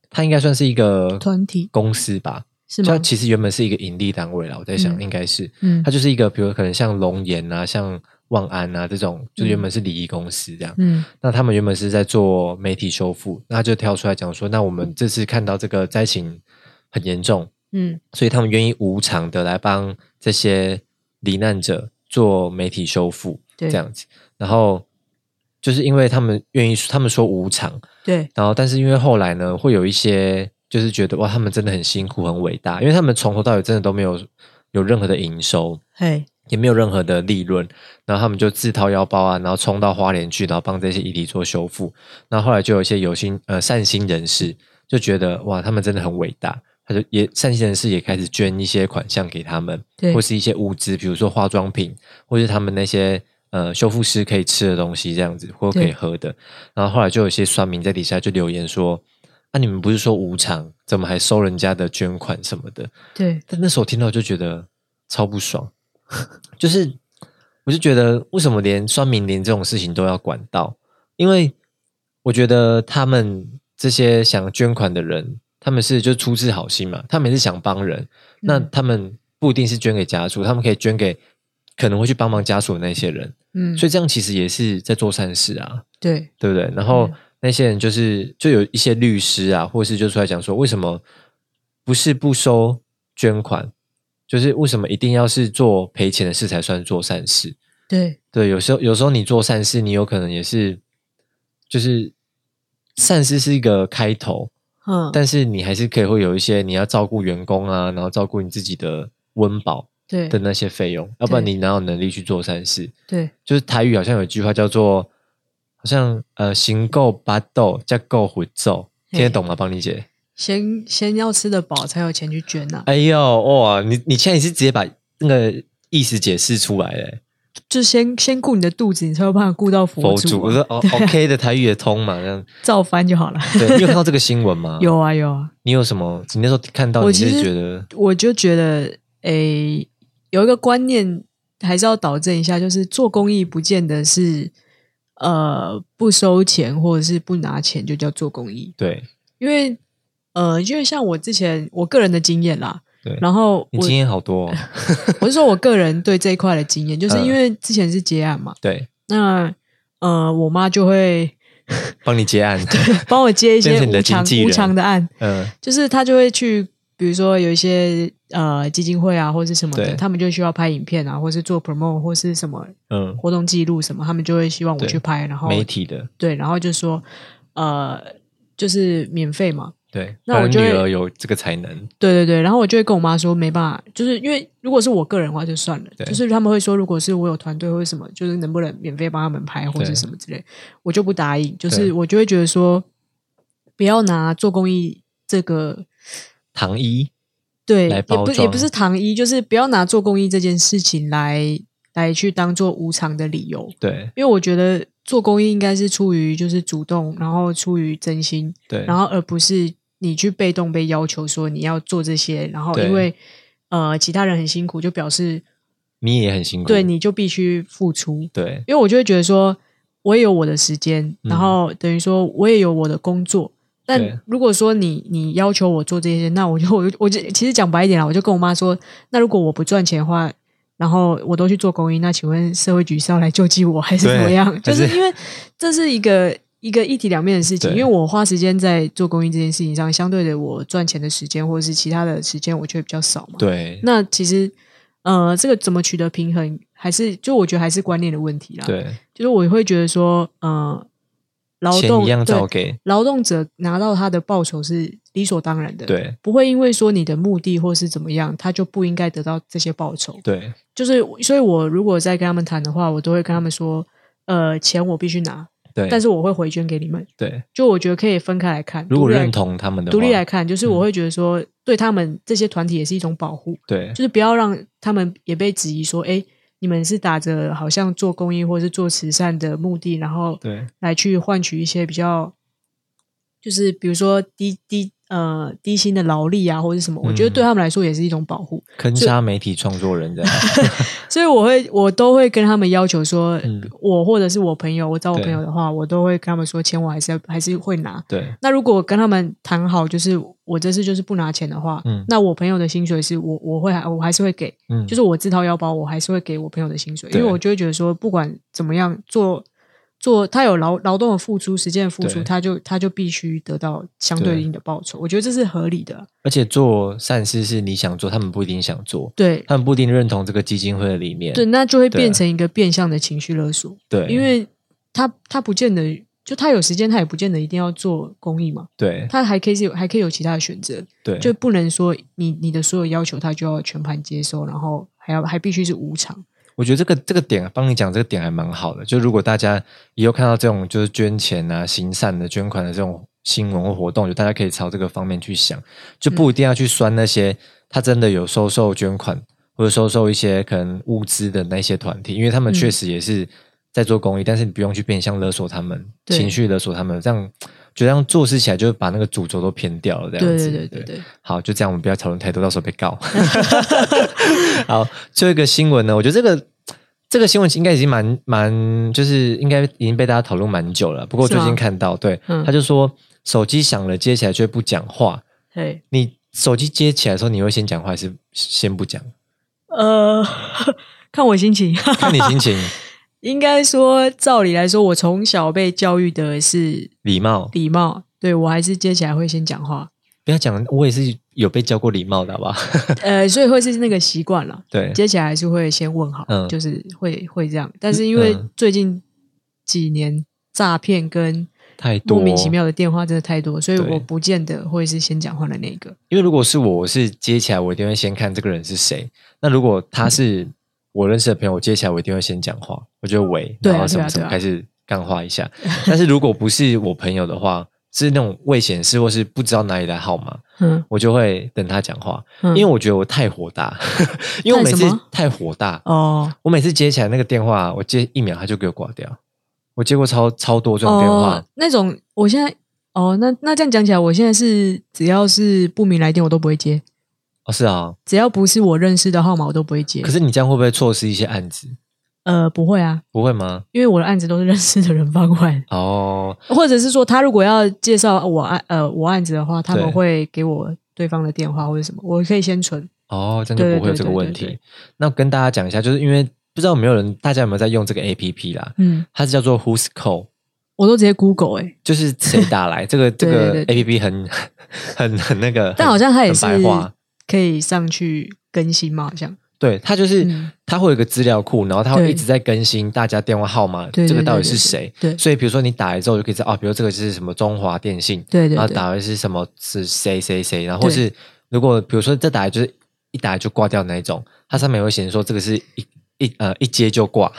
Speaker 1: 他应该算是一个
Speaker 2: 团体
Speaker 1: 公司吧，
Speaker 2: 是
Speaker 1: 它
Speaker 2: 吗？
Speaker 1: 其实原本是一个盈利单位啦，我在想
Speaker 2: 嗯
Speaker 1: 应该是，
Speaker 2: 嗯
Speaker 1: 它就是一个，比如可能像龙岩啊、像万安啊这种，就
Speaker 2: 嗯
Speaker 1: 原本是礼仪公司这样。
Speaker 2: 嗯
Speaker 1: 那他们原本是在做媒体修复，那就跳出来讲说，那我们这次看到这个灾情很严重，
Speaker 2: 嗯
Speaker 1: 所以他们愿意无偿的来帮这些罹难者做媒体修复，
Speaker 2: 对
Speaker 1: 这样子。然后就是因为他们愿意，他们说无偿，
Speaker 2: 对
Speaker 1: 然后，但是因为后来呢，会有一些就是觉得哇，他们真的很辛苦、很伟大，因为他们从头到尾真的都没有有任何的营收，
Speaker 2: 嘿
Speaker 1: 也没有任何的利润，然后他们就自掏腰包啊，然后冲到花莲去，然后帮这些遗体做修复。那后来就有一些有心呃善心人士就觉得哇，他们真的很伟大，他就也善心人士也开始捐一些款项给他们，
Speaker 2: 对
Speaker 1: 或是一些物资，比如说化妆品，或是他们那些呃修复师可以吃的东西这样子，或可以
Speaker 2: 对
Speaker 1: 喝的。然后后来就有一些酸民在底下就留言说：“啊，你们不是说无偿，怎么还收人家的捐款什么的？”
Speaker 2: 对
Speaker 1: 但那时候听到就觉得超不爽，就是我就觉得为什么连酸民连这种事情都要管到？因为我觉得他们这些想捐款的人，他们是就出自好心嘛，他们也是想帮人，那他们不一定是捐给家属，他们可以捐给可能会去帮忙家属的那些人，
Speaker 2: 嗯，
Speaker 1: 所以这样其实也是在做善事啊。
Speaker 2: 对
Speaker 1: 对不对？然后
Speaker 2: 嗯
Speaker 1: 那些人就是就有一些律师啊，或是就出来讲说，为什么不是不收捐款，就是为什么一定要是做赔钱的事才算做善事？
Speaker 2: 对
Speaker 1: 对，有时候有时候你做善事，你有可能也是就是善事是一个开头，
Speaker 2: 嗯，
Speaker 1: 但是你还是可以会有一些你要照顾员工啊，然后照顾你自己的温饱
Speaker 2: 对
Speaker 1: 的那些费用，要不然
Speaker 2: 对
Speaker 1: 你哪有能力去做善事？
Speaker 2: 对
Speaker 1: 就是台语好像有一句话叫做，好像呃，行够八斗加够虎咒，
Speaker 2: 嘿
Speaker 1: 听得懂吗？帮你姐。
Speaker 2: 先先要吃得饱才有钱去啊捐呐、
Speaker 1: 哎呦哇，你你现在你是直接把那个意思解释出来嘞，
Speaker 2: 就先先顾你的肚子，你才有办法顾到佛
Speaker 1: 佛
Speaker 2: 祖
Speaker 1: 祖，我
Speaker 2: 啊、
Speaker 1: 说 哦 OK 的台语也通嘛，这样。
Speaker 2: 造翻就好了。
Speaker 1: 对，你有看到这个新闻吗
Speaker 2: ？有啊有啊，
Speaker 1: 你有什么？你那时候看到，
Speaker 2: 我
Speaker 1: 你
Speaker 2: 其
Speaker 1: 是
Speaker 2: 实
Speaker 1: 觉得
Speaker 2: 我就觉得诶，有一个观念还是要导正一下，就是做公益不见得是呃不收钱或者是不拿钱就叫做公益，
Speaker 1: 对
Speaker 2: 因为呃，因为像我之前我个人的经验啦，
Speaker 1: 对，
Speaker 2: 然后
Speaker 1: 你
Speaker 2: 我
Speaker 1: 经验好 多、哦，
Speaker 2: 我是说我个人对这一块的经验，
Speaker 1: 嗯
Speaker 2: 就是因为之前是结案嘛，
Speaker 1: 对，
Speaker 2: 那呃我妈就会
Speaker 1: 帮你 结案，
Speaker 2: 帮我接一些
Speaker 1: 变成你的
Speaker 2: 无偿
Speaker 1: 经纪人
Speaker 2: 无偿的案，
Speaker 1: 嗯、
Speaker 2: 就是他就会去，比如说有一些呃基金会啊，或是什么的
Speaker 1: 对，
Speaker 2: 他们就需要拍影片啊，或是做 promo 或是什么
Speaker 1: 嗯，
Speaker 2: 活动记录什么，他们就会希望我
Speaker 1: 对
Speaker 2: 去拍，然后
Speaker 1: 媒体的，
Speaker 2: 对，然后就说呃就是免费嘛，
Speaker 1: 对，
Speaker 2: 那我
Speaker 1: 反
Speaker 2: 就
Speaker 1: 正
Speaker 2: 会
Speaker 1: 女儿有这个才能，
Speaker 2: 对对对，然后我就会跟我妈说没办法，就是因为如果是我个人的话就算了，
Speaker 1: 对
Speaker 2: 就是他们会说如果是我有团队或者什么，就是能不能免费帮他们拍或者
Speaker 1: 对
Speaker 2: 什么之类，我就不答应，就
Speaker 1: 对
Speaker 2: 是我就会觉得说不要拿做公益这个
Speaker 1: 糖衣，
Speaker 2: 对，
Speaker 1: 来
Speaker 2: 也
Speaker 1: 包
Speaker 2: 不
Speaker 1: 装
Speaker 2: 也不是糖衣，就是不要拿做公益这件事情来来去当做无偿的理由，
Speaker 1: 对
Speaker 2: 因为我觉得做公益应该是出于就是主动，然后出于真心，
Speaker 1: 对，
Speaker 2: 然后而不是你去被动被要求说你要做这些，然后
Speaker 1: 对嗯
Speaker 2: 因为呃其他人很辛苦，就表示
Speaker 1: 你也很辛苦，
Speaker 2: 对你就必须付出，
Speaker 1: 对
Speaker 2: 因为我就会觉得说，我也有我的时间，
Speaker 1: 嗯
Speaker 2: 然后等于说我也有我的工作。
Speaker 1: 对
Speaker 2: 但如果说你你要求我做这些，那我就 我就我就其实讲白一点啦，我就跟我妈说，那如果我不赚钱的话，然后我都去做公益，那请问社会局是要来救济我还是
Speaker 1: 对
Speaker 2: 怎么样？就
Speaker 1: 还是
Speaker 2: 是因为这是一个一个一体两面的事情，因
Speaker 1: 对
Speaker 2: 为我花时间在做公益这件事情上，相对的我赚钱的时间或者是其他的时间，我却比较少嘛。
Speaker 1: 对
Speaker 2: 那其实呃，这个怎么取得平衡，还是就我觉得还是观念的问题啦。
Speaker 1: 对，
Speaker 2: 就是我会觉得说，呃，劳
Speaker 1: 钱
Speaker 2: 动
Speaker 1: 一样照
Speaker 2: 对
Speaker 1: 给，
Speaker 2: 劳动者拿到他的报酬是理所当然的，，
Speaker 1: 对
Speaker 2: 不会因为说你的目的或是怎么样，他就不应该得到这些报酬。
Speaker 1: 对
Speaker 2: 就是，所以我如果在跟他们谈的话，我都会跟他们说，呃，钱我必须拿，
Speaker 1: 对，
Speaker 2: 但是我会回捐给你们。
Speaker 1: 对，
Speaker 2: 就我觉得可以分开来看，
Speaker 1: 如果
Speaker 2: 独立来
Speaker 1: 认同他们的话，
Speaker 2: 独立来看，就是
Speaker 1: 嗯
Speaker 2: 我会觉得说，对他们这些团体也是一种保护。
Speaker 1: 对
Speaker 2: 就是不要让他们也被质疑说，哎，你们是打着好像做公益或是做慈善的目的，然后
Speaker 1: 对
Speaker 2: 来去换取一些比较，就是比如说低低呃低薪的劳力啊，或者什么，我觉得
Speaker 1: 嗯
Speaker 2: 对他们来说也是一种保护。
Speaker 1: 坑杀媒体创作人这 样，
Speaker 2: 所以我会我都会跟他们要求说，
Speaker 1: 嗯
Speaker 2: 我或者是我朋友，我找我
Speaker 1: 对
Speaker 2: 朋友的话，我都会跟他们说，钱我还是要还是会拿。
Speaker 1: 对
Speaker 2: 那如果跟他们谈好，就是我这次就是不拿钱的话，
Speaker 1: 嗯
Speaker 2: 那我朋友的薪水是我我会我还是会给，
Speaker 1: 嗯，
Speaker 2: 就是是我自掏腰包，我还是会给我朋友的薪水，因
Speaker 1: 对
Speaker 2: 为我就会觉得说，不管怎么样做做，他有劳劳动的付出、时间的付出，
Speaker 1: 对
Speaker 2: 他就他就必须得到相对应的报酬。我觉得这是合理的，
Speaker 1: 而且做善事是你想做，他们不一定想做，
Speaker 2: 对
Speaker 1: 他们不一定认同这个基金会的理念，
Speaker 2: 对，那就会
Speaker 1: 对
Speaker 2: 变成一个变相的情绪勒索，
Speaker 1: 对，
Speaker 2: 因为他他不见得就他有时间，他也不见得一定要做公益嘛，
Speaker 1: 对
Speaker 2: 他还可以是有还可以有其他的选择，
Speaker 1: 对
Speaker 2: 就不能说你你的所有要求他就要全盘接收，然后还要还必须是无偿，
Speaker 1: 我觉得这个这个点帮你讲这个点还蛮好的，就如果大家以后看到这种就是捐钱啊、行善的捐款的这种新闻或活动，就大家可以朝这个方面去
Speaker 2: 嗯
Speaker 1: 想，就不一定要去酸那些他真的有收受捐款或者收受一些可能物资的那些团体，因为他们
Speaker 2: 嗯
Speaker 1: 确实也是在做公益，但是你不用去变相勒索他们，
Speaker 2: 对
Speaker 1: 情绪勒索他们，这样就这样做事起来就把那个主轴都偏掉了，这样
Speaker 2: 对
Speaker 1: 子。
Speaker 2: 对对对对，
Speaker 1: 好，就这样，我们不要讨论太多，到时候被告。 好，最后一个新闻呢，我觉得这个这个新闻应该已经蛮蛮，就是应该已经被大家讨论蛮久了。不过我
Speaker 2: 是
Speaker 1: 最
Speaker 2: 吗
Speaker 1: 近看到，对，
Speaker 2: 嗯
Speaker 1: 他就说手机响了，接起来却不讲话。
Speaker 2: 对。
Speaker 1: 你手机接起来的时候，你会先讲话还是先不讲？
Speaker 2: 呃， 看我心情。
Speaker 1: 看你心情，
Speaker 2: 应该说，照理来说，我从小被教育的是
Speaker 1: 礼貌，
Speaker 2: 礼貌，对我还是接起来会先 讲话，
Speaker 1: 不要讲。我也是有被教过礼貌的，好吧？
Speaker 2: 呃，所以会是那个习惯了。
Speaker 1: 对，
Speaker 2: 接起来还是会先问好，
Speaker 1: 嗯
Speaker 2: 就是会会这样。但是因为
Speaker 1: 嗯
Speaker 2: 最近几年诈骗跟
Speaker 1: 太多
Speaker 2: 莫名其妙的电话真的太多，所以
Speaker 1: 对
Speaker 2: 我不见得会是先讲话的那个。
Speaker 1: 因为如果是我，我是接起来，我一定会先看这个人是谁。那如果
Speaker 2: 嗯
Speaker 1: 他是我认识的朋友，我接起来我一定会先讲话，我就喂，
Speaker 2: 对啊
Speaker 1: 然后什么什
Speaker 2: 对啊对
Speaker 1: 么
Speaker 2: 啊
Speaker 1: 开始干话一 下。但是如果不是我朋友的话，是那种未显示或是不知道哪里来号码，
Speaker 2: 嗯，
Speaker 1: 我就会等他讲话，
Speaker 2: 嗯
Speaker 1: 因为我觉得我太火大， 因为我每
Speaker 2: 太什
Speaker 1: 次
Speaker 2: 么
Speaker 1: 太火大，
Speaker 2: 哦
Speaker 1: 我每次接起来那个电话，我接一秒他就给我挂掉。我接过超超多这种电话，
Speaker 2: 哦，那种我现在哦，那那这样讲起来，我现在是只要是不明来电我都不会接。
Speaker 1: 哦哦，是啊。
Speaker 2: 只要不是我认识的号码，我都不会接
Speaker 1: 可。是你这样会不会错失一些案子？
Speaker 2: 呃，不会啊，
Speaker 1: 不会吗？
Speaker 2: 因为我的案子都是认识的人帮我 按，
Speaker 1: 哦，
Speaker 2: 或者是说他如果要介绍我案呃我案子的话，他们
Speaker 1: 对
Speaker 2: 会给我对方的电话或者什么，我可以先存。
Speaker 1: 哦，这样就不会有这个问
Speaker 2: 对对对对
Speaker 1: 题。那跟大家讲一下，就是因为不知道有没有人，大家有没有在用这个 A P P 啦？
Speaker 2: 嗯，
Speaker 1: 它是叫做 Who's Call，
Speaker 2: 我都直接 Google 哎、
Speaker 1: 就是谁打来？这 个这
Speaker 2: 对
Speaker 1: 个
Speaker 2: 对
Speaker 1: A P P 很很很那个，
Speaker 2: 但好像它也是
Speaker 1: 很白话。
Speaker 2: 可以上去更新嘛，好像
Speaker 1: 对，它就是、
Speaker 2: 嗯
Speaker 1: 它会有一个资料库，然后它会
Speaker 2: 对
Speaker 1: 一直在更新大家电话号码，
Speaker 2: 对对
Speaker 1: 这个到底
Speaker 2: 对对
Speaker 1: 是谁？
Speaker 2: 对
Speaker 1: 所以比如说你打来之后，就可以知道啊，比如这个是什么中华电信，
Speaker 2: 对对
Speaker 1: 然后
Speaker 2: 对，
Speaker 1: 啊打来是什么是谁谁谁，然后或
Speaker 2: 对
Speaker 1: 是如果比如说这打来就是一打来就挂掉那一种，它上面也会显示说这个是一一呃一接就挂，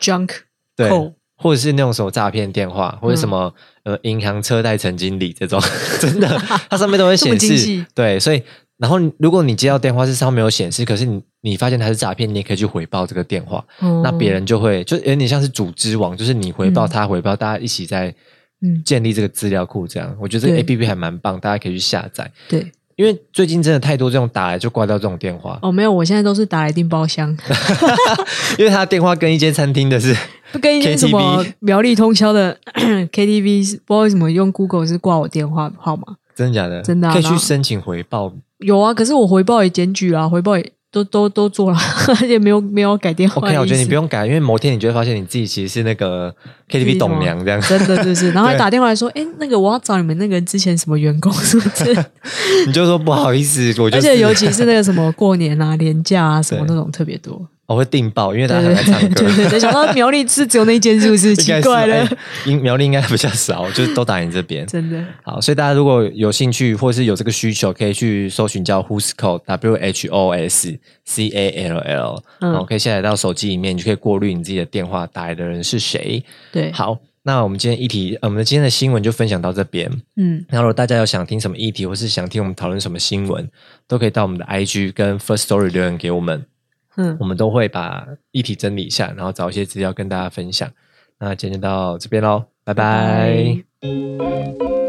Speaker 2: junk
Speaker 1: 对。
Speaker 2: call
Speaker 1: 或者是那种什么诈骗电话，或者什么、
Speaker 2: 嗯
Speaker 1: 呃银行车贷陈经理这种， 真 的，它上面都会显
Speaker 2: 这么精细
Speaker 1: 示。对，所以然后你如果你接到电话是上面有显示，可是你你发现它是诈骗，你也可以去回报这个电话，
Speaker 2: 嗯
Speaker 1: 那别人就会就有点像是组织网，就是你回报
Speaker 2: 嗯
Speaker 1: 他回报，大家一起在
Speaker 2: 嗯
Speaker 1: 建立这个资料库，这样我觉得这个
Speaker 2: 对
Speaker 1: A P P 还蛮棒，大家可以去下载。
Speaker 2: 对
Speaker 1: 因为最近真的太多这种打来就挂掉这种电话，
Speaker 2: 哦没有，我现在都是打来订包 厢，
Speaker 1: 因为他的电话跟一间餐厅的是
Speaker 2: 不跟一些什么
Speaker 1: KTV
Speaker 2: 苗栗通宵的 KTV，是不知道为什么用 Google 是挂我电话号码。
Speaker 1: 真的假的，
Speaker 2: 真的啊
Speaker 1: 可以
Speaker 2: 然
Speaker 1: 去
Speaker 2: 后
Speaker 1: 申请回报
Speaker 2: 有啊，可是我回报也检举啦，回报也都都都做了， 也没有没有改电话的
Speaker 1: OK，我觉得
Speaker 2: 意
Speaker 1: 你
Speaker 2: 思
Speaker 1: 不用改，因为某天你就会发现你自己其实是那个 KTV 董娘这样，
Speaker 2: 真的就是，然后还
Speaker 1: 对
Speaker 2: 打电话来说，哎，那个我要找你们那个之前什么员工是不 是？
Speaker 1: 你就说不好意思，我就
Speaker 2: 而
Speaker 1: 是
Speaker 2: 且尤其是那个什么过年啊、年假啊什么
Speaker 1: 对
Speaker 2: 那种特别多，
Speaker 1: 我哦会订爆，因为大
Speaker 2: 对
Speaker 1: 家
Speaker 2: 对
Speaker 1: 很爱唱
Speaker 2: 对
Speaker 1: 歌，
Speaker 2: 对对对，想到苗栗是只有那一间是不是？
Speaker 1: 应该
Speaker 2: 奇
Speaker 1: 是
Speaker 2: 怪了，
Speaker 1: 哎应苗栗应该比较少，就是都打你这边。
Speaker 2: 真的，
Speaker 1: 好，所以大家如果有兴趣或是有这个需求，可以去搜寻叫 Who's Call W H O S C A L L，
Speaker 2: 嗯
Speaker 1: 然后可以下载到手机里面，你就可以过滤你自己的电话打来的人是谁。
Speaker 2: 对，
Speaker 1: 好，那我们今天议题，呃我们今天的新闻就分享到这边。
Speaker 2: 嗯，
Speaker 1: 那如果大家有想听什么议题，或是想听我们讨论什么新闻，都可以到我们的 IG 跟 First Story 留言给我们，
Speaker 2: 嗯
Speaker 1: 我，们都会把议题整理一下，然后找一些资料跟大家分享。那今天就到这边喽，拜拜。
Speaker 2: 拜